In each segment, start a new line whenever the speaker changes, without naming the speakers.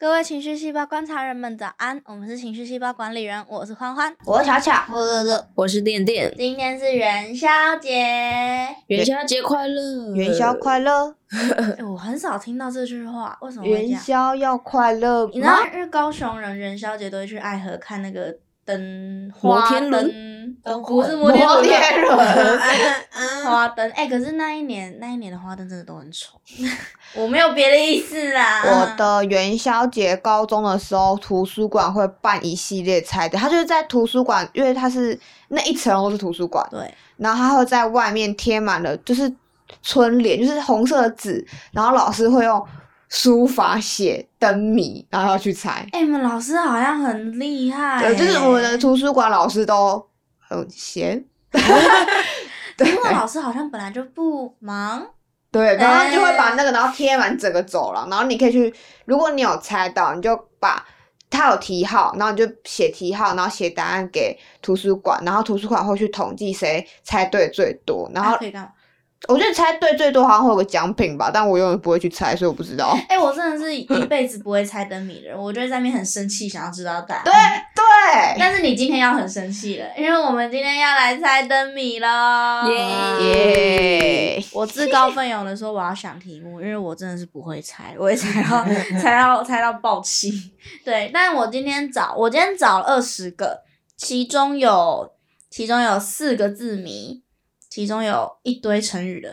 各位情绪细胞观察人们早安，我们是情绪细胞管理人，我是欢欢。
我巧巧，
我乐乐，
我是店店，
今天是元宵节，哎
元宵节快乐！
元宵快乐，
诶我很少听到这句话，为什么嗯会这
元
样？
宵要快乐
你知道，
吗？
因为高雄人元宵节都会去爱河看那个灯
摩
花
天轮
灯，
灯
不是摩
摩
天轮，
天轮
花灯。哎、可是那一年那一年的花灯真的都很丑， 我没有别的意思啦。
我的元宵节高中的时候，图书馆会办一系列猜的，它就是在图书馆，因为它是那一层楼是图书馆，
对，
然后它会在外面贴满了就是春联，就是红色的纸，然后老师会用书法写灯谜，然后要去猜。
哎、你们老师好像很厉害、
对，就是我们
哎
的图书馆老师都很闲，
因为老师好像本来就不忙，
对，然后就会把
哎
那个，然后贴满整个走廊，然后你可以去，如果你有猜到，你就把它有题号，然后你就写题号，然后写答案给图书馆，然后图书馆会去统计谁猜对最多，然
还
后
啊可以干嘛？
我觉得猜对最多好像会有个奖品吧，但我永远不会去猜，所以我不知 道。
哎、我真的是一辈子不会猜灯谜的人，我就会在那边很生气，想要知道答案。
对 对，
但是你今天要很生气了，因为我们今天要来猜灯谜喽。
耶
耶，
我自告奋勇的说我要想题目，因为我真的是不会猜，我也猜 到猜到猜到爆气。对，但我今天找我今天找了二十个，其中有其中有四个字谜，其中有一堆成语的，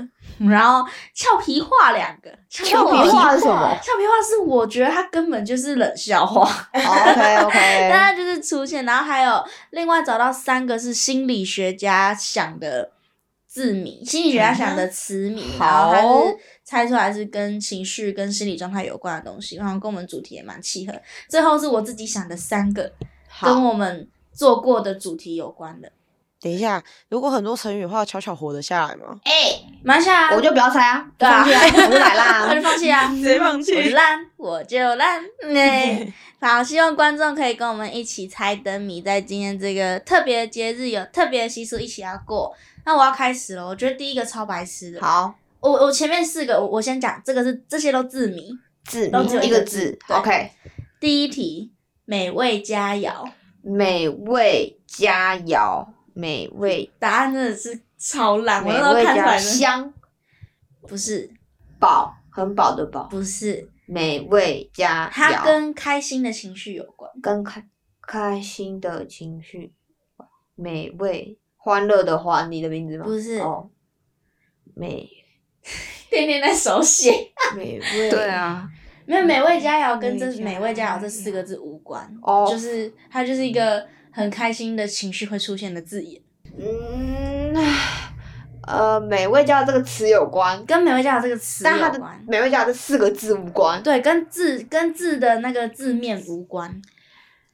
然后俏皮话两个，
俏皮话是什么
俏皮话是我觉得它根本就是冷笑话。
哦？OK OK，
大家就是出现，然后还有另外找到三个是心理学家想的字谜，心理学家想的词谜，然后它是猜出来是跟情绪跟心理状态有关的东西，然后跟我们主题也蛮契合。最后是我自己想的三个跟
好，
我们做过的主题有关的，
等一下，如果很多成语的话，巧巧活得下来吗？
哎、
拿下、啊，
我就不要猜啊，
对啊
放弃 啊，我就来
我
啦嗯
就。放弃啊，
接放
我就烂，我就烂。对，好，希望观众可以跟我们一起猜灯谜，在今天这个特别的节日有特别的习俗一起要过。那我要开始了，我觉得第一个超白痴的。，
好，
我我前面四个，我我先讲，这个是这些都字谜。
字
都只有
一
一个
个
字
字
对
，OK。
第一题，美味佳肴，
美味佳肴，美味
答案真的是超烂，啊我
美
那时候
味
看出
佳肴
来的。
香
不是
饱，很饱的饱。
不是，
美味佳肴，
它跟开心的情绪有关。
跟开开心的情绪，美味欢乐的欢，你的名字吗？
不是
哦，美
天天在手写。
美味
对啊，
没有
嗯
美味佳肴跟这
美
美
味
味佳
佳
肴
肴
这四个字无关，
哦
就是它就是一个很开心的情绪会出现的字眼，
嗯，呃，美味佳肴这个词有关，
跟美味佳肴这个词
但它
有
的
关。
美味佳肴这四个字无关。
对，跟字跟字的那个字面无关，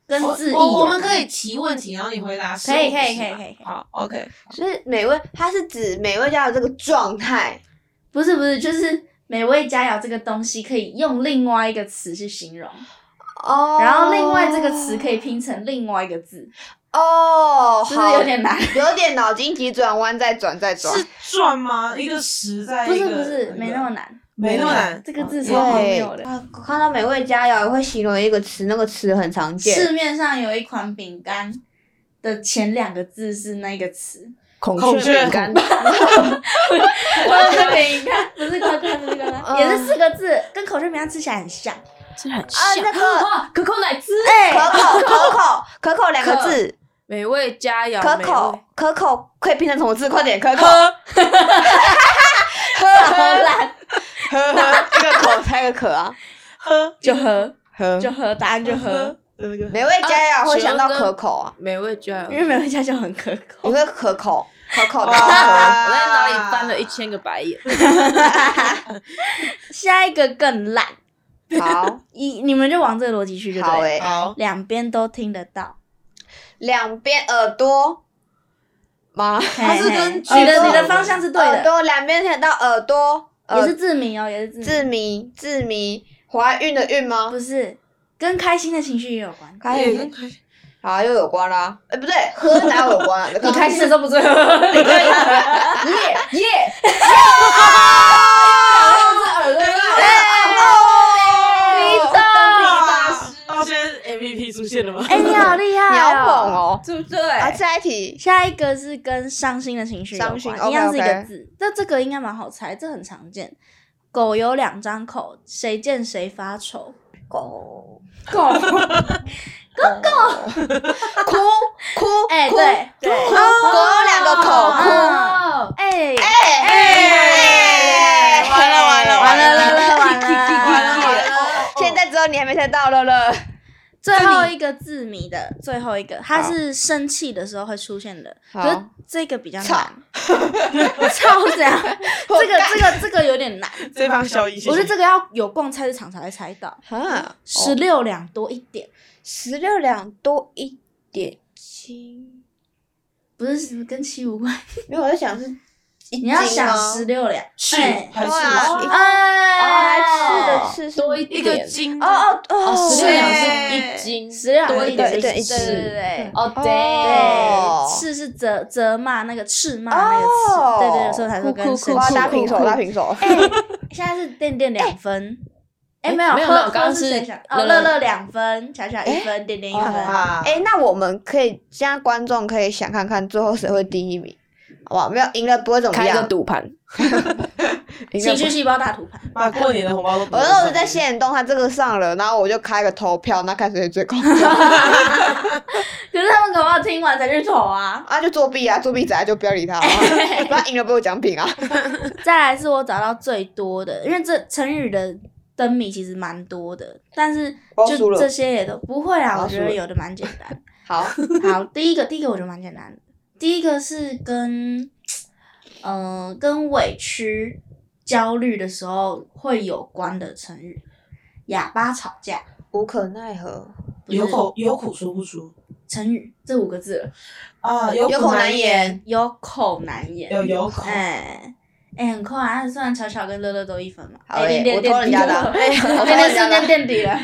跟字义有关
哦我我们可以提问题，然后你回答是
可以
或不
可以
是
可以
吧
可以可以
好，OK。
所以美味，它是指美味佳肴这个状态。
不是不是，就是美味佳肴这个东西可以用另外一个词去形容，
哦，
然后另外这个词可以拼成另外一个字，
哦，
是不是
好
有点难？
有点脑筋急转弯，再转再转。
是转吗？一个十在
不
一
是
个
不是，没那么，难，
没那么难。哦
这个字
对
超荒谬的。
啊我看到美味佳肴也会形容一个词，那个词很常见。
市面上有一款饼干的前两个字是那个词，
孔
孔雀
雀饼干，
我的饼干不是乖乖，不是 乖
嗯
乖，也是四个字，跟口香饼干吃起来很像。
这很
啊，那
像
个
哇，可口奶汁，
可口可口可口两个字，
美味佳肴，
可
美
口
味
可口可以拼成什么字？快点，可口
呵
超烂，
呵呵，一个口猜一个可啊。
呵
就喝
呵
就喝，答案就喝
呵，，那个
美味佳肴会想到
啊折
可
跟
口啊，
美味佳肴，
因为美味家就很可口。
我会可口可口的
哇
可
我在脑里翻了一千个白眼。
下一个更烂，
好
你你们就往这个逻辑去就
好
对
欸
了，
诶，
好
两边都听得到。
两边耳朵吗？
它
是跟
你
句子
的你的方向是对
耳
的，
朵两边听得到耳朵，
也
耳
是字谜哦，也是字
字
谜，
谜字谜，怀孕的孕吗？
不是跟开心的情绪也有关。
开
也
心
跟开心
啊又有关啦，哎不对，喝哪有关啊？
你
你
开心的时候不是喝，你开心
耶耶，
的时候是耳朵。
哦，
你懂
啊出现了吗？
哎、你好厉害、
你好猛！哦！
对不对？
啊，下一题，
下一个是跟伤心的情绪有
伤心
关，一样是一个
OK，OK
字。那这个应该蛮好猜，这很常见。狗有两张口，谁见谁发愁。
狗
狗，
狗狗，哭哭，
哎、
哭
对对，
哭，狗有两个口，哭，
哦哎
哎
哎，
完了完了
完了完了完
完完了
了
完
完
了哦
了！
现在只有你还没猜到乐乐，
最后一个字谜的最后一个，它是生气的时候会出现的，
好
可是这个比较
操
难。操这样，这个这个这个有点难，
这方消音，
我觉得这个要有逛菜市场才会猜到，
哈，
十六两多一点，
十六两多一点七，
不是什么跟七无关，
没有，我在想是一斤
你要想
吗
十六两，
是
哎
还
对啊
是
一
哎，
哦，是的，是
多一
一个
点，
金
哦哦
哦，
哦，
十
是
六两
对
是一斤，
十六
多
两
一点
对对
对
一
对
斤
对对。
哦，对，
哦
对，斥是责责骂那个斥骂那个斥，
哦
对对对，所以才说跟
酷酷
生
酷
哇，
气。
打平手，打平手，
哎，现在是电电两分，哎
哎
没有
没有
喝
没有
喝
刚刚
是
是
谁想哦乐
乐乐
乐两分，巧巧一
哎
分，点点一
好
分。
啊 哎、那我们可以，现在观众可以想看看最后谁会第一名，好不好？没有赢了不会怎么
开个
样，
赌盘，
赢
情
了不
绪细胞大图盘，
把过年的红包都补
我
了
那时候在现眼动，他这个上了，然后我就开个投票，那看谁最 高，
可是他们搞不好听完才去投啊。
啊就作弊啊，作弊仔就不要理他、啊， 不然赢了不会有奖品啊。
再来是我找到最多的，因为这成语的灯谜其实蛮多的，但是
我输
就
了
这些也都不会啊，
我
我觉
输
得
了
有的蛮简单。
好，
好，第一个第一个我觉得蛮简单的，第一个是跟嗯、呃跟委屈、焦虑的时候会有关的成语，哑巴吵架
无可奈何，
不
有
是
口有口说不出
成语这五个字了，
啊，有
有口难言，
有口难言，
有有口
哎哎，很快啊！虽然巧巧跟乐乐都一分嘛，哎
好嘞、
垫
我
垫
偷人家的啊，
垫底了
我
我
偷
今天
人
瞬
家的
间
啊。
垫底了。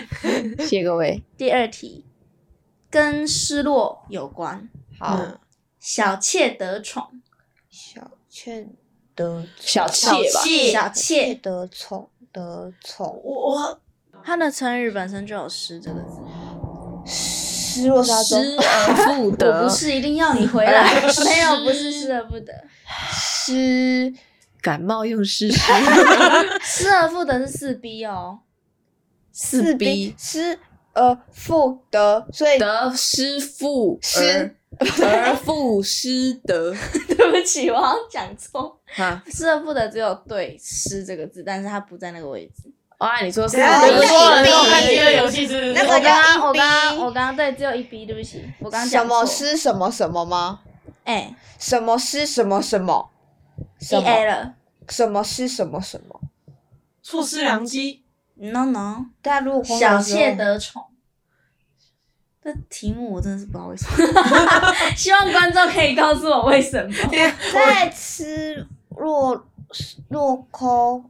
谢各位，
第二题，跟失落有关，
好，
嗯
小妾得宠，
小妾得
小妾吧，
小妾，
妾得宠得宠，
我我
它的成语本身就有失这个字。
失落沙洲，
失而复
我
得
不，是一定要你回来，没有，不是失而不得，
失
感冒用湿湿，
失而复得是四 B 哦。
四
逼
逼
失而复得，所以
得失复
失
而复失得
对不起，我好像讲错，
啊！
失而复得只有对失这个字，但是它不在那个位置。
哇，你说是啊
等一下你们
我
说了，
一
啊你有看
逼
饥饿游戏是不
那
是
个
我
叫
刚刚我
一 B
刚刚我刚刚对只有一 B，对不起，我刚刚
什
讲错
么失什么什么吗？
哎
什么失什么什么？
一
什
A
么
了
什么失什么什么？
错失良机，
，no no。
但如果空
小
的时候
妾得宠。这题目我真的是不知道为什么，希望观众可以告诉我为什么。
在吃落落空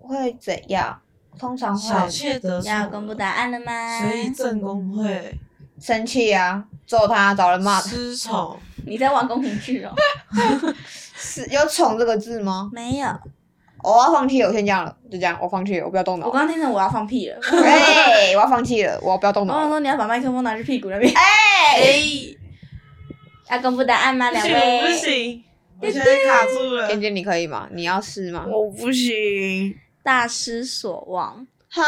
会怎样？通常
小
会
妾得宠
要公布答案了吗？
所以正宫会
生气啊，揍他，找人骂他。
失宠，
你在玩公平剧哦？
是有“宠”这个字吗？
没有，
我要放弃了，我先这样了，就这样，我放弃了，我不要动
我
脑。
刚听成我要放屁了。
哎、我要放弃了，我不要动
我
脑
想
了。
说你要把麦克风拿去屁股那边。
哎、
要公布答案吗？
不
两
行我不
位
行，我现在卡住了
尖，尖，你可以吗？你要试吗？
我不行，
大失所望，
哈，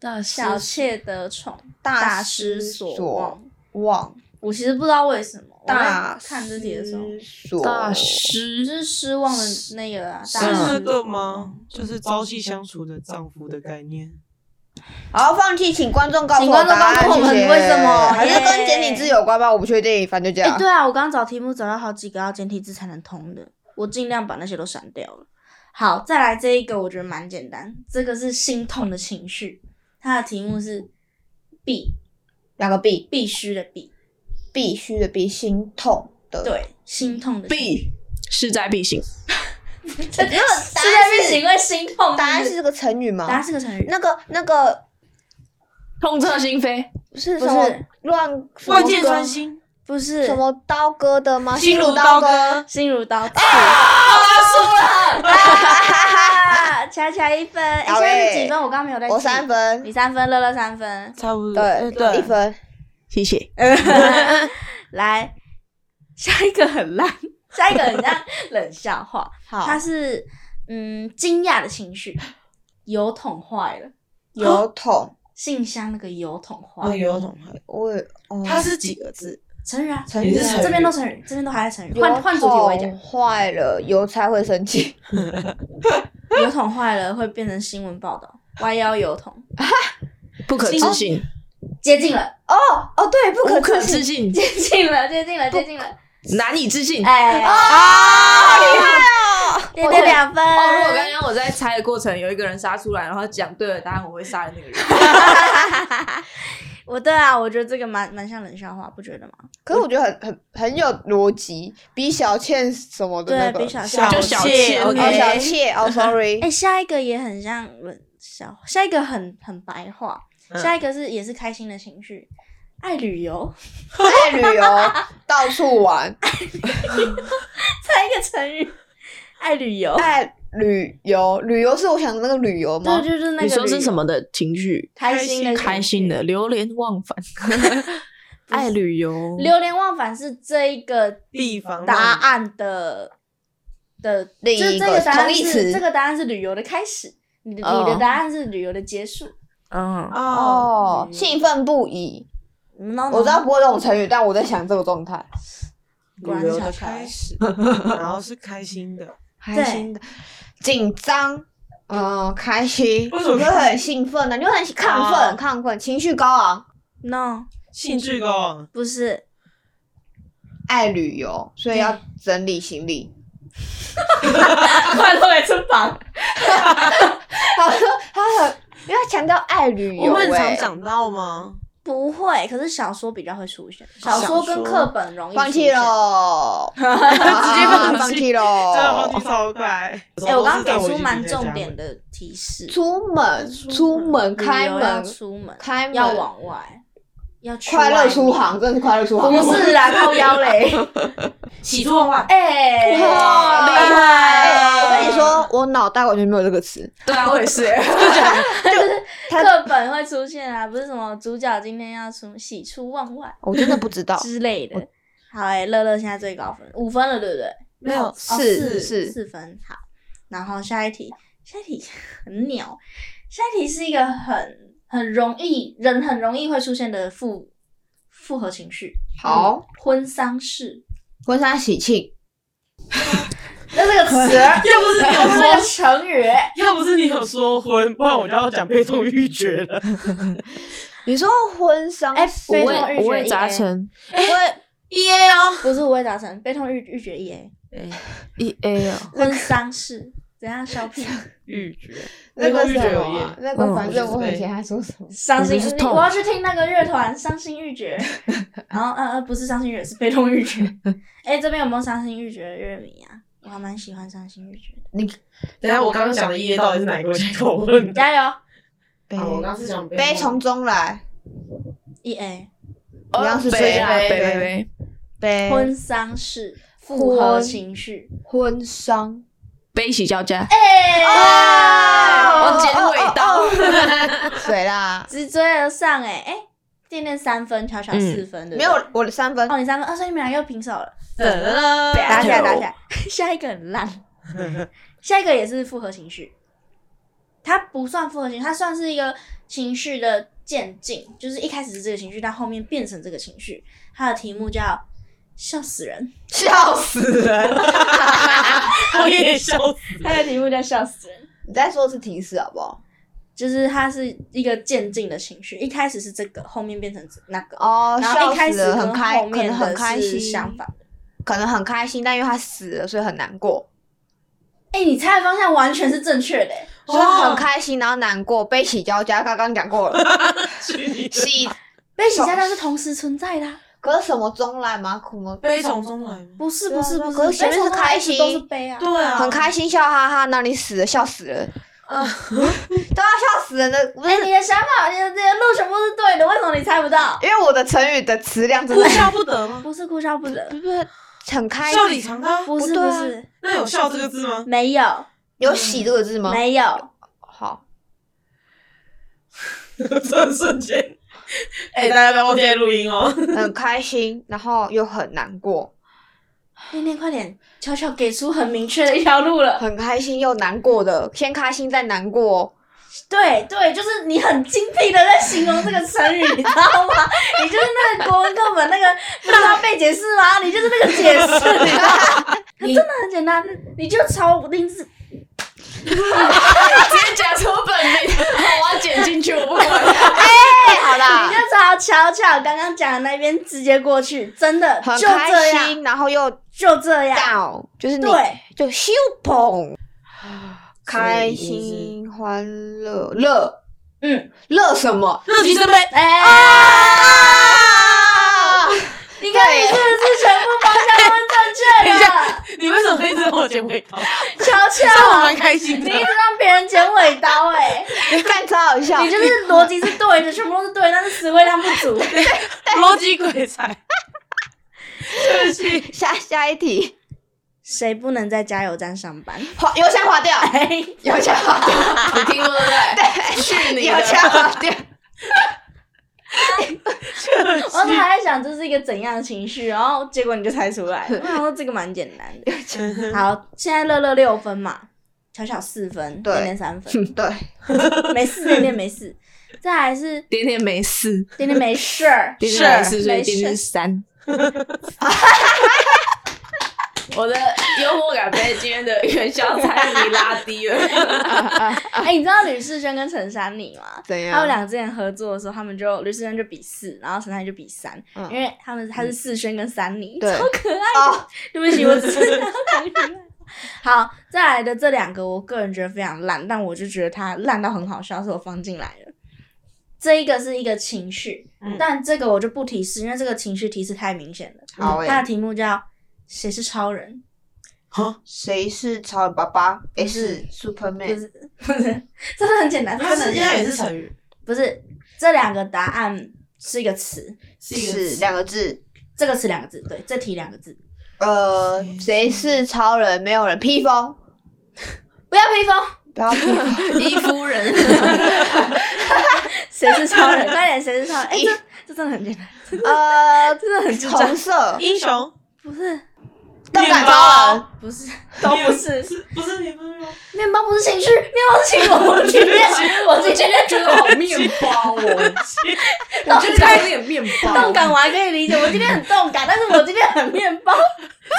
大
小妾得宠，
大
失
所
望。
望，
我其实不知道为什么，我在
大
看这题的时候，
失所
大
只
失
是失望的那个啊，
是
大失
那个
所望
吗？就是朝夕相处的丈夫的概念，
好，放弃，请观众告诉
请
我
观众
答
告
案，
诉我
谢
们
谢。
为什么
还是
耶
跟简体字有关吧？我不确定，反正就这
哎、
样。
对啊，我刚刚找题目找到好几个要简体字才能通的，我尽量把那些都删掉了。好，再来这一个，我觉得蛮简单，这个是心痛的情绪，它的题目是必
两个必
必须的必，
必须的必，心痛的。，
对，心痛的情绪，
必势在必行，
这
因为答
世
案
界病
是
行为心痛，
答案
不
是这个成语吗
答？案是个成语，
那个那个
痛彻心扉，
不是
不
什么
是
乱
万箭
什么
穿心，
不是
什么刀割的吗？
心如刀
刀
割，
心如刀刺。啊我输了，恰恰一分，哎，
好
现在是
嘞
几分？我刚刚没有在记，
我三
你
分，
三分，乐乐三分，
差不多，
对
呃对，
一分。
谢谢。
来，下一个很烂，下一个很像冷笑话，
好
它是嗯惊讶的情绪，油桶坏了，
油
哦
桶，
信箱那个油桶坏
哦，
了，
有同款，
我也哦，
它是几个字？
成语啊，
成语也是成语
这边都成语，这边都还在成语，
油
换换主题我会
桶
讲，
坏了，邮差会生气。
油桶坏了会变成新闻报道，弯腰油桶
不可置信，
接近了，
哦哦，对，不
不
可
可
置信
置 信，
接近了，接近了，接近了，
难以置信。
哎，
啊！厉害
对对两分，
哦，如果刚刚我在猜的过程有一个人杀出来，然后讲对了答案，我会杀的那个人。
我对啊，我觉得这个蛮蛮像冷笑话，不觉得吗？
可是我觉得很很很有逻辑，比小倩什么的那
对啊
个
比小
小
就小妾
哦
OK
小 妾哦，sorry，
哎、下一个也很像冷笑，下一个很很白话，
嗯
下一个是也是开心的情绪，爱旅游，
爱旅游，到处玩，
再一个成语，爱旅游，
哦
爱旅游，旅游是我想的那个旅游吗
对，？就是那个
你说
旅
是
游
什？么的情绪？
开心的情绪
开心的，流连忘返，爱旅游，
流连忘返是这一个
地方
答案的的，
哦另
就是
一
这
个
个答案
同义词
是这个答案是旅游的开始，你的、你
哦
的答案是旅游的结束。
嗯，
哦，
哦，
嗯
兴奋不已。
我
我知道不会这种成语，但我在想这个状态，
果然
旅
是
游
小
的
乔
开始，然后是开心的，
开心的，紧张，嗯，开心，
为什么
你会很兴奋啊呢？你会很亢奋，
哦
亢奋，情绪高昂，
，no，
兴哦致高昂，
不是，
爱旅游，所以要整理行李。
快乐来吃饭。
他说他很，因为他强调爱旅
我
游、
们很常
欸，
讲到吗？
不会，可是小说比较会出现，小
小
说跟
说
课本容易
放
出
弃
现。
喽，直
接放弃
放
真
弃
的放
喽
弃。超快。
哎、我刚刚给出蛮重点 的提示，
出门，出门，
旅游
开
要
门，
出门，
开门
要往外，要去
快
外
乐
面
出航，，真的是快乐出航。
不
啊
是啦，靠腰 嘞，
起错话，
哎、
哇
厉
厉
害
哎我跟你， 说，我脑袋完全没有这个词。
对啊，我也是。
课本会出现啊，不是什么主角今天要出喜出望外
我真的不知道
之类的。好哎、乐乐现在最高分五分了，对不对？
没有
哦
四
四
四
四分好。然后下一题， 下一题很鸟，下一题是一个很很容易人很容易会出现的复复合情绪。
好，
婚丧事，
婚纱喜庆，
那这个词
要不是你
它
有
是个
说，
成 语，
要不是你有说婚，不然我就要讲悲痛欲绝了。
你说婚丧
哎
喜
非
庆
常我也
五味杂陈
耶哦，
不是五味杂陈，悲痛欲欲绝一 A，
一 A 啊，
婚丧事怎样 消屁？
欲绝，
那个
欲
什
绝
么
有
啊
夜，，
那个
嗯
反正我
我
很
是
前还说什么？
伤心
我就是
欲
痛
我要去听那个乐团《伤心欲 绝》，然后呃呃，不是伤心欲绝，是悲痛欲 绝。哎、这边有没有伤心欲绝的乐迷啊？我还蛮喜欢伤心欲绝的，
等一下我刚刚讲的耶到底是哪一个？我先口问。
加油
悲
啊我刚是讲悲
悲
痛
从中来，
！E A
一样是
杯
追
啊，
杯
杯
杯
杯杯
悲
婚丧事复合
婚
情绪，
婚丧。
悲喜交加，
哎、啊
我
哦
剪尾刀，
水啦，
直追而上、哎哎，店店三分，巧巧四分，对不对
没有我的三分
哦，你三分，哦，所以你们俩又平手了，
了
打起来，
哦
Battle
打起来。 下一个很烂， 下一个也是复合情绪，它不算复合情绪，它算是一个情绪的渐进，就是一开始是这个情绪，但后面变成这个情绪。它的题目叫“笑死人
笑死！
我也笑死”，
它的题目叫“笑死人
你再说是提示好不好？”，
就是它是一个渐进的情绪，一开始是这个，后面变成那个。
哦，
然后一开
笑死
始
了
跟
很开，
后
可
面
能很
的
开
是
心，
相反的。
可能很开心，但因为他死了，所以很难过，
哎、你猜的方向完全是正确的、
哦
所以很开心，然后难过，悲喜交加。刚刚讲过了，
去
喜
悲喜交加是同时存在的啊、
可是什么中来吗？什么
悲从中来吗？
不是
对
不
啊
是
对啊
不是，
可是前面
悲
是
从中来
开
一直
心
都是悲啊。
对啊，
很开心，笑哈哈，那你死了，笑死 人，都要笑死人的，不
嗯哎、
是
你的想法，你的你的路全部是对的，为什么你猜不到？
因为我的成语的词量真
哭
的
笑不得吗？
不是哭笑不得，
不是很开
笑里
心，
藏刀，
不是
不对
不
啊
是，
那有笑这个字吗？
没有
有
嗯
喜这个字吗？
没有，
好，
这瞬间哎、大家不要忘记录音哦。
很开心，然后又很难过，
念念，快点，悄悄给出很明确的一条路了。
很开心又难过的，先开心再难过哦。
对对，就是你很精辟的在形容这个成语，你知道 吗？你就是那个国文课本那个不知道被解释吗？你就是那个解释，你知道吗 真的很简单，你就抄林子。
哎直接讲出本名，好，我要剪进去，我不管。
哎，好
你
啦，
就朝巧巧刚刚讲的那边直接过去，真的
很
就这
开
样，
心，然后又
就这样，
down，就是你
对，
就咻砰，开
所以你
心欢乐乐
嗯，
乐什么？
乐极生悲，
哎、
啊
你看你是不是全部方向都是正确的？
你为什么一直让我剪尾刀？
巧
让我
巧
蛮，开心
你
的
一。直让别人剪尾刀、 哎，
看超好笑，
你就是逻辑是对的，全部都是对，但是词汇量不足。
逻辑鬼才。对不起，
下下一题，
谁不能在加油站上班？
划邮箱划掉，
哎，
邮箱划 掉，
你听过对不对？去你
邮箱划掉，
对不
我 还在想这是一个怎样的情绪，然后结果你就猜出来。 我想说这个蛮简单的。
起。
好，现在乐乐六分嘛，巧巧四分，
对
点点三分，
对，
没事，点点没 事。再来是
点点没事，
点点没事 儿，
点点没
是
事，所以点点是三。我的幽默感被今天的元宵猜谜拉低了。
哎、你知道吕世轩跟陈珊妮吗？
怎
啊
他们
样？
俩之前合作的时候，他们就吕世轩就比四，然后陈珊妮就比三、
嗯
因为他们他是四轩跟珊妮，
对
超可爱。
哦，
对不起，我只是好，再来的这两个，我个人觉得非常烂，但我就觉得它烂到很好笑，所以我放进来了。这一个是一个情绪，
嗯
但这个我就不提示，因为这个情绪提示太明显了。
好
哦
哎
它
哎
诶，
的题目叫“谁是超人
好，
谁是超人爸爸？哎，是
不
Superman，
是不是，真的很简单，
它
真的
是
很
应
简单
该也是成语，
不是这两个答案是一个词，
是一个
是两个字。
这个词两个字，对，这题两个字。
呃，谁是超人？没有人，披风，
不要披风，
不要披风，
伊夫人，
谁是超 人？快点，谁是超人？哎、这这真的很简单，
呃，
真的很智障
红色，
英雄，
不是，
动感超人，
不是，都不是。
是啊不是你不是吗？
面包不是情绪，面包是情绪，我今天我今天觉得好面包哦，
我就讲有点面
动
包。
感我还可以理解，我今天很动感，但是我今天很面包，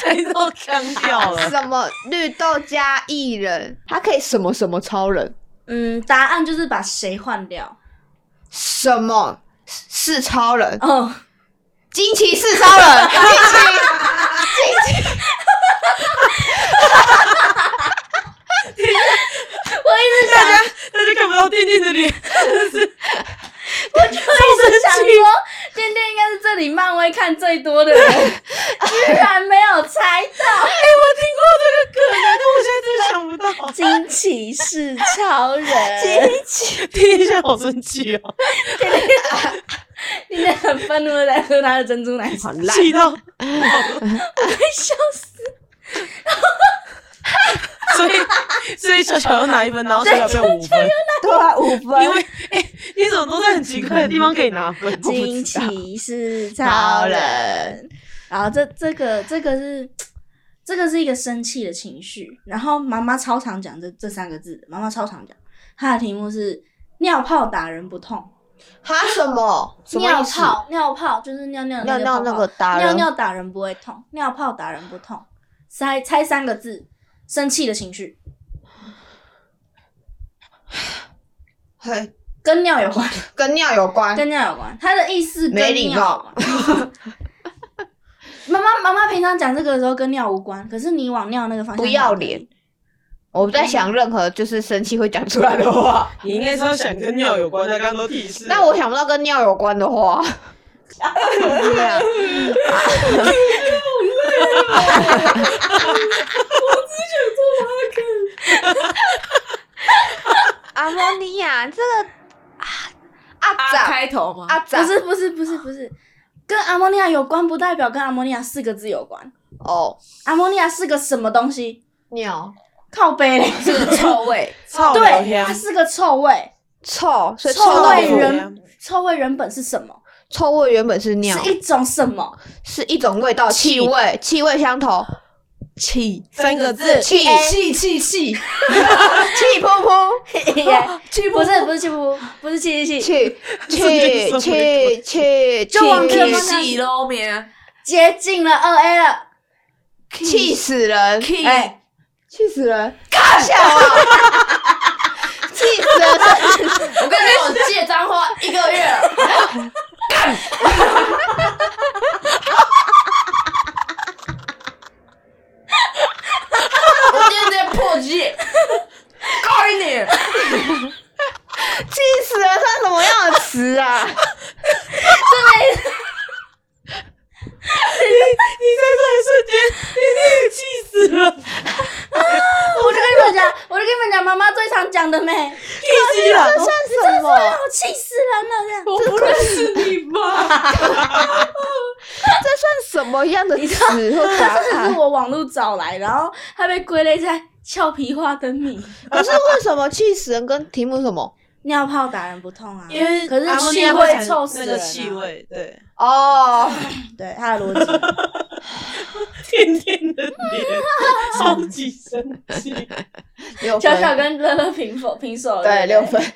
谁都干掉 了。
什么绿豆加薏仁，他可以什么什么超人，
嗯，答案就是把谁换掉，
什么是是超人，
哦，
惊奇是超人，
我一直想，
大家看不到弟弟的脸，
我就一直想说，店店应该是这里漫威看最多 的人，居然没有猜到，
哎，我听过这个梗，但我现在真的想不 到。
惊奇是超人，
弟弟现在好生气哦，
你真的很愤怒的在喝他的珍珠奶茶，
气到，
笑死。
所以所以小小要拿一分，然后小小被五分，
对啊，五分
因为哎，你怎么都在很奇怪的地方可以拿分？我不
惊
知道
奇是超
超
人
人。
然后这这个这个是这个是一个生气的情绪。然后妈妈超常讲这这三个字，妈妈超常讲，它的题目是尿泡打人不痛。
哈什么什么
尿
意思
泡尿泡就是尿尿的
尿尿
泡
那
泡
个打
尿
人
尿打人不会痛，尿泡打人不痛。猜猜三个字，生气的情绪
嘿
跟尿有关，
跟尿有关，
跟尿有关。它的意思跟
啊没礼
尿
貌
有关。 妈妈妈妈平常讲这个的时候跟尿无关，可是你往尿那个方向
不要
想可以
脸。我不在想任何就是生气会讲出来的话，
你应该是要想跟尿有关的，刚刚都提示了。
但我想不到跟尿有关的话。对啊，阿莫尼亚这个啊阿
啊
展
开头吗？
阿
不
展
是不是不是不是，跟阿莫尼亚有关，不代表跟阿莫尼亚四个字有关。
哦
阿莫尼亚是个什么东西？
尿
靠背嘞，
这个臭味，
操聊
对，
天
它，是个臭味。
臭，所以
臭
臭到
味
不
人
行
臭味原本是什么？
臭味原本是尿，
是一种什 么？
是一种味道，气
气
味，气味相投，
气三个字，
气
气气气
气噗噗，
气
不是不是气不不是气气气，
气气气气，
就往这个
气
方向
死咯咩？
接近了二 A 了。
气气死人，
气
哎
气死人，笑啊！气死人！
我跟你说，我戒脏话一个月了，我今天直接破戒，告诉你，
气死了，算什么样的词啊？
气死了，
我就跟你们讲，我就跟你们讲，妈妈最常讲的没，你
气死了，
算什么？
我哦气死人了这样。
我不认识你吧？
这算什么样的词或答
这是
案？
我网络找来，然后它被归类在俏皮话灯谜。
可是为什么气死人跟题目是什么？
尿泡打人不痛啊，
因为
可是
阿莫尼
气
亚
味
产
臭死
那
人、啊
个气，味，对，
哦，
对它的逻辑。
天天的脸，超级生 气。
六
小
分，
小跟乐乐平手平手了，
对，
不
六分，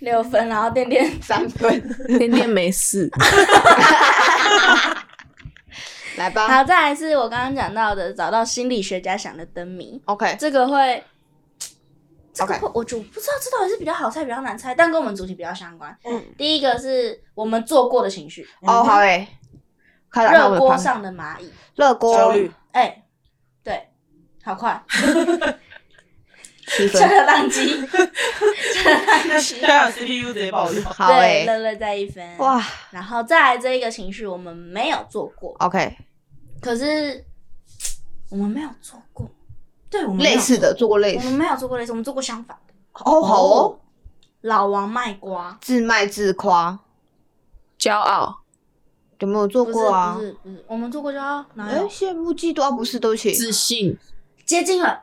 六分，然后点点
三分，
天天没事，
来吧
好，再来是我刚刚讲到的，找到心理学家想的灯谜，
，OK
这个会。这个
OK
会我就不知道这到底是比较好猜，比较难猜，但跟我们主题比较相关。
嗯
第一个是我们做过的情绪，
哦，好诶，快打开我
热
们的
锅
盘
上的蚂蚁。
热锅
焦虑，
哎、对，好快，
七
这
分，
个宕机，
那现在 CPU 直接爆掉。
好
对，
诶，
乐乐在一分。哇，
哇
然后再来这一个情绪，我们没有做过，
，OK，
可是我们没有做过，对，我们没有
类似的做过类
我
似，
们没有做过类似，我们做过相反的。
哦好哦，
老王卖瓜，
自卖自夸
骄傲、
有没有做
不是
过啊
不？是不是，我们做过就要哪
哎，
有
羡慕嫉妒啊，不是，对不起，
自信、
接近了，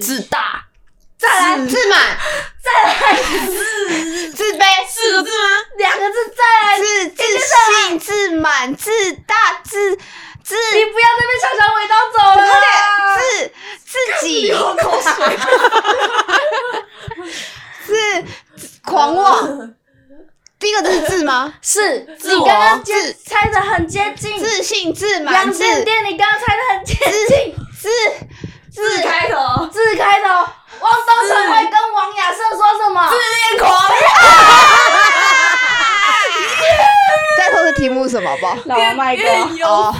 自大、
再来
自满，再来自自卑，
四个字吗？
两个字，再来，
自自信、自满、自大、自自
你啊不要再被小小尾刀走了啦，
自自己，自自狂妄。第一个字是自吗？
是
自
你
我
刚刚接
自
猜的很接近，
自信、自满、
杨
自
店店，你刚刚猜的很接近，
自
字
开头、
字开头，汪东城会跟王亚瑟说什么？
癫狂、
再说的题目是什么好不好？
老王卖瓜，
变有
哦，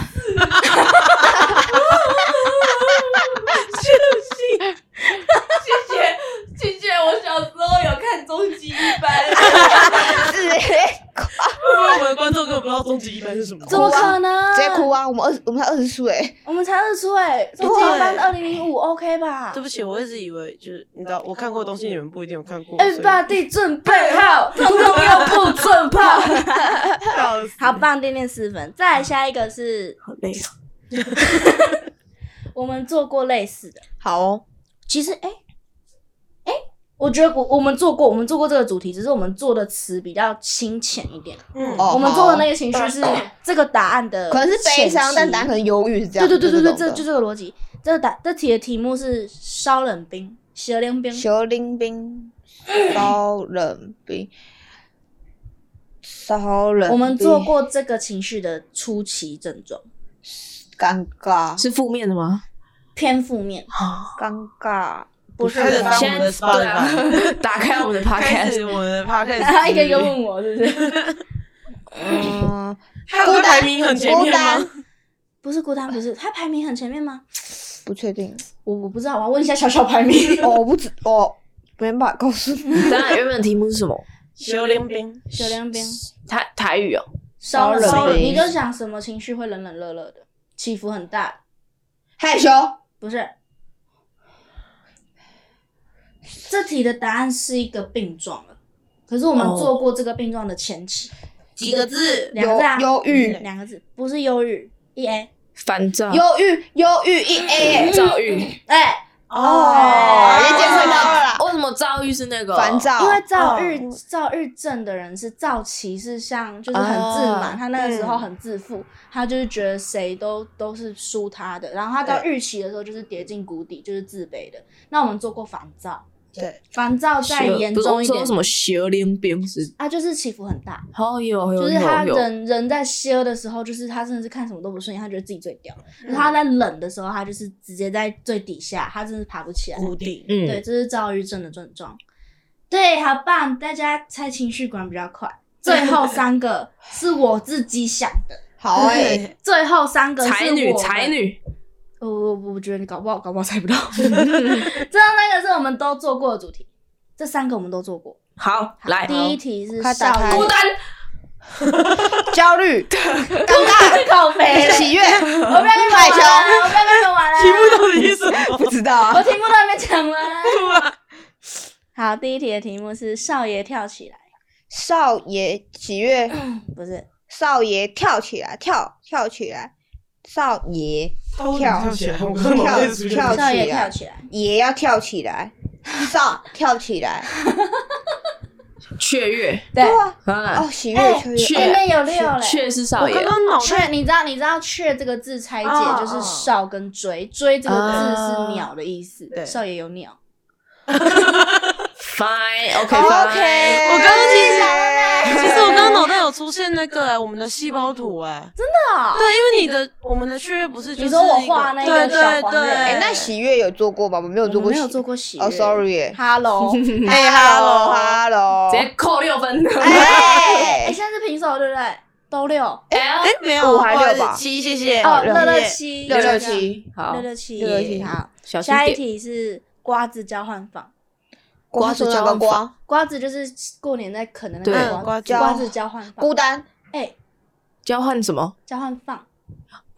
谢谢，谢谢我小时候有看终极一班，
自
因为我们的观众根本不知道终极一班是什么。
怎么可能？
直接哭啊！我们二十，我们才二十岁欸，
我们才二十岁，中级一班二零零五，OK 吧？
对不起，我一直以为就是你知道，我看过的东西你们不一定有看过。所以
Everybody 准备好，通通要不准炮。
笑死
好棒，练练四分。再来下一个是
好累啊！
我们做过类似的，
好哦，
其实哎哎、诶我觉得我我们做过，我们做过这个主题，只是我们做的词比较清浅一点。
嗯
哦
我们做的那个情绪是这个答案的，
可能是悲伤，但答案可。能忧郁是这样。
对对对对对，
这
这就这个逻辑。这个答这题的题目是烧冷冰，小冷冰，
小冷冰，烧冷冰，烧冷冰。
我们做过这个情绪的初期症状，
尴尬，
是负面的吗？
偏负 面，
尴尬，
不是
开始
很
帮我
现
们
在
的 Spotify，
打 开我们的
开
podcast，
始我们的 Podcast，
然后一个一个问我是不 是？
嗯，
他有在排名很前
孤
面吗？
单，
不是孤单，不是他排名很前面吗？
不确定。
我我不知道，我要问一下小小排名。
哦，我不知，我没办法告诉 你。
当然，原本的题目是什么？
修炼兵，
小凉冰
台台语哦，
烧
烧
冷
冷
冰，
冰
你就想什么情绪会冷冷热热的，起伏很大，
害羞，
不是？这题的答案是一个病状了，可是我们
哦
做过这个病状的前期，
几个字？
两个字啊，
忧忧郁
两个字，不是忧郁，一 A，
烦躁、
忧郁，忧郁一 A，
躁郁、
哎，
哦，又
哎
健身到二啦，
为什么躁郁是那个
烦？躁，
因为躁郁
哦
躁郁症的人是躁起是像就是很自满，
啊
他那个时候
嗯
很自负，他就是觉得谁都都是输他的，然后他到
对
预期的时候就是跌进谷底，就是自卑的。那我们做过烦躁，
对，
烦躁再严
不是我
重
们
一
说
点
什么邪灵病是？
啊，就是起伏很大。
哦有有
就是他
有有，
人人在歇的时候，就是他甚至看什么都不顺眼，他觉得自己最屌。
嗯
然后他在冷的时候，他就是直接在最底下，他真是爬不起来。
固定。
对，
嗯，
这是躁郁症的症状。对，好棒，大家猜情绪管比较快。最后三个 是我自己想的，
好哎，
最后三个是
才女
我们
才。女，
我我我觉得你搞不好搞不好猜 不到。 最后那个是我们都做过的主题，这三个我们都做过。
好
好
来，
第一题是
快
校
打开
园
孤单
焦虑、
尴尬靠 背，
喜悦、
我不要跟你们玩
害羞，
了，我不要跟你们玩了。
题目到底是什么？
不知道
我
啊，
题目都还没讲完。好，第一题的题目是少爷跳起来，
少爷喜悦，
不是
少爷跳起来，跳跳起来，少爷跳
起来，我
跳
刚刚出现
跳
少爷
起
跳
来
起来，
也要跳起来，少跳起来，
雀跃
对。
哇
啊，
哦，喜悦
哎，
秋
雀
月，
前面有六嘞。
雀是少
我
爷
刚，刚脑
雀，
袋
你知道你知道“雀”这个字拆解
哦
就是
哦
少跟追，追这个字
哦
是鸟的意思，
对
少爷有鸟。
fine OK
哦 OK，
fine，
我刚刚其实
刚
其实我刚刚脑袋有出现那个、哎我们的细胞图哎、
啊
对，因为你的我们的雀跃不是就是
你说我
一个
画那
对
个小
对
黄
对，
人
哎，那喜悦有做过吗？我没有
我
做
们
过
没
喜，
有做过喜悦。
哦，sorry，哎
Hello，
哎，hello，hello，
直接扣六分，
哎，
哎，
现在是平手对不对？都六哦，
哎、没有
五还六吧
我七，谢谢。
六六七，
六六
对，
七，
好
六，六七，
六六七
好，
小心
下一
点。
题是瓜子交换法。
瓜子那个瓜，
瓜子就是过年在啃的那
对
个瓜
瓜
子，
子
瓜子交换放
孤，单，
哎、
交换什么？
交换放，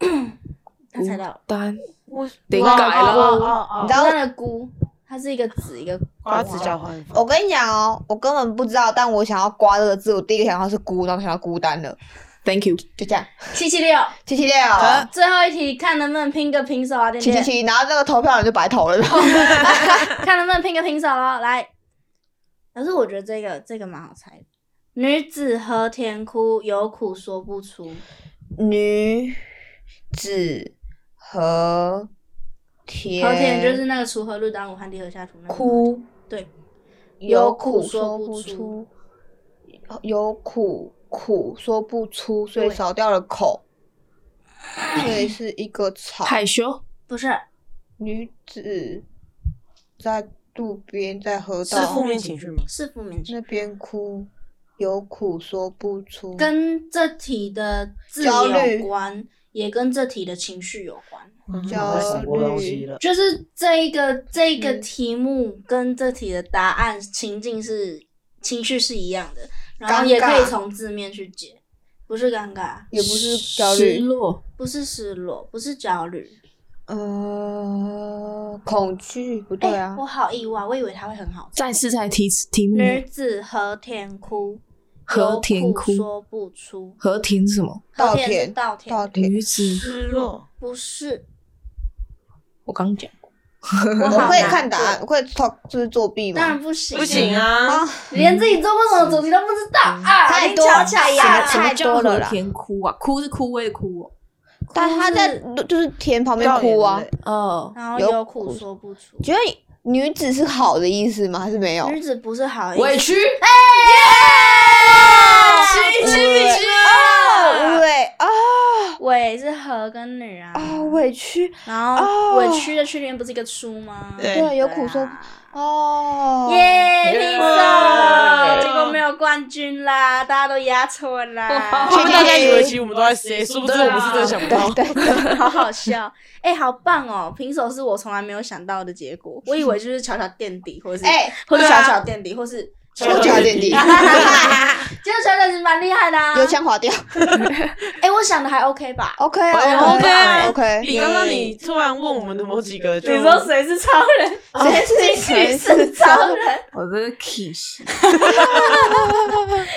他猜到了，
单
我
得
哇
改了，
你
哦
知
然
道
后那个菇，它是一个子一个
瓜子交换法，
我跟你讲哦，我根本不知道，但我想要“瓜”这个字，我第一个想到是孤，然后想到孤单了，
，Thank you。
就这样。
七七六，
七七六，
啊
最后一题看能不能拼个平手啊，点
七
点
七，七，然后那个投票人就白投了，然后
看能不能拼个平手咯，来，可是我觉得这个这个蛮好猜的，女子何田哭，有苦说不出，
女子和田，
和田就是那个《楚河路当午汉地河下土》那个，
哭，
对，
有苦说不出，有苦苦说不出，所以
对
少掉了口，所以是一个草。
害羞
不是，
女子在渡边，在河
是负
道
面情绪吗？
是负面
那边哭，有苦说不出，
跟这题的字
焦虑
有关，也跟这题的情绪有关。
焦
嗯我在想过东西了，
就是这一个这一个
嗯
题目跟这题的答案情境是情绪是一样的，然后
尴尬
也可以从字面去解，不是尴尬，
也不是焦
失
虑。
落，
不是失落，不是焦虑。
呃，恐惧不
哎、
对啊嗯
我，好意外，我以为他会很好猜。
再次再提题目。
女子和田哭，
和田哭
有苦说不出。
和田是什么？
稻
和田是
田
稻田，
稻田。
女子，
失落，
不是。
我刚讲过。
我
我
好
会
难
看答
过
案，我会投就是作弊
当然
吗？
不行，
不行啊！
啊，
连自己做过什么主题都不知道啊！
太
你
多
瞧瞧呀，
哎
什么
太
太多了啦
和田哭啊，哭是枯萎的哭
但他在就是田旁边哭啊，
哦。哦，
然后
有
有苦说不出。
觉得女子是好的意思吗？还是没有？
女子不是好意思，
委屈，
哎
哎
哎
七七七，
哦，委啊
委是和跟女啊，
哦
啊，委屈
然后
哦
委屈的去里面不是一个出吗？
对
对有苦说
啊
哦，
耶，平手，
耶
结果没有冠军啦，大家都压错啦，
我们大家以为其实我们都在 C，殊不知我们是真的想不到。
对 对，
好好笑，哎，好棒哦！平手是我从来没有想到的结果，我以为就是巧巧垫底，或是
哎，
或是
对啊
巧巧垫底，或是
巧巧
脚垫底，
这个小姐是蛮厉害的、啊。
油腔滑调
哎、我想的还 OK 吧？
，OK
哎
啊
OK 啊
OK，
你刚刚你突然问我们的某几个，就
你说谁是超人？
谁
哦谁
是
是超人？
我这是 kiss。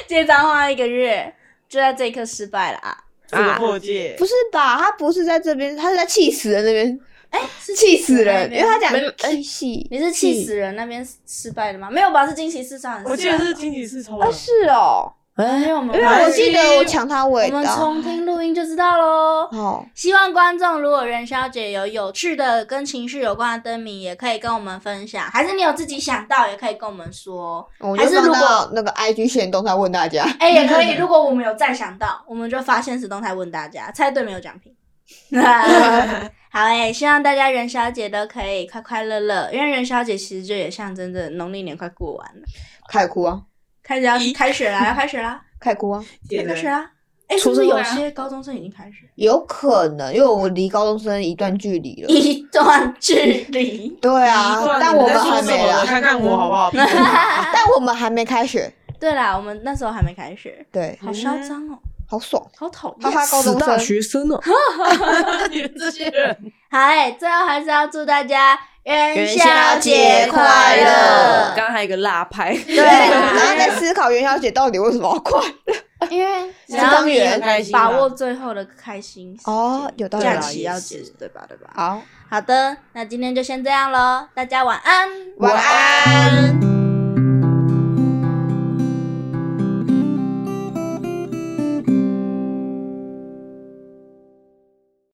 接脏话一个月，就在这一刻失败了啊！
这个破戒
不？是吧？他不是在这边，他是在气死人那边。
哎、是
气死人，因为他讲
没哎
气戏，
你是气死人那边失败的吗？没有吧，是惊奇四杀。
我记得是惊奇四超
啊
人。
是哦，
没有我们
因为
哎
我记得我抢他尾
啊我们
刀，
重听录音就知道喽。
哦，
希望观众如果元宵节有有趣的跟情绪有关的灯谜，也可以跟我们分享，还是你有自己想到也可以跟我们说。
我
还
就是放
如果
到那个 IG 线动态问大家，
哎、也可以。如果我们有再想到，我们就发现实动态问大家，猜对没有奖品。 好哎、希望大家元宵节都可以快快乐乐，因为元宵节其实就也象征着农历年快过完了，
开哭啊，
开始要开学啦，要开学 啦，
开哭啊，
要
天哪
开学啦！哎、是
初
不是
中
有
啊
些高中生已经开学？
有可能因为我离高中生一段距离了，
一段距离，
对啊
不，然
但
你
我
在
们
说
还
什
没啊
么
啦
我，看看我好不好？
但我们还没开学，
对啦，我们那时候还没开学，
对，
好嚣张哦，
好爽，
好讨
哈
厌。
哈，高中生，
生
哦
呢？你们这些人，
好哎、最后还是要祝大家元宵
节快乐
刚刚还有一个辣拍，
对
然后
啊，
在思考元宵节到底为什么要快乐。
因为只
是
要
当
你
元
很开心啊
把握最后的开心时间
哦有道理
假
啦
期
也
要
是
结束，对吧？对吧？
好，
好的，那今天就先这样喽，大家晚安，
晚安。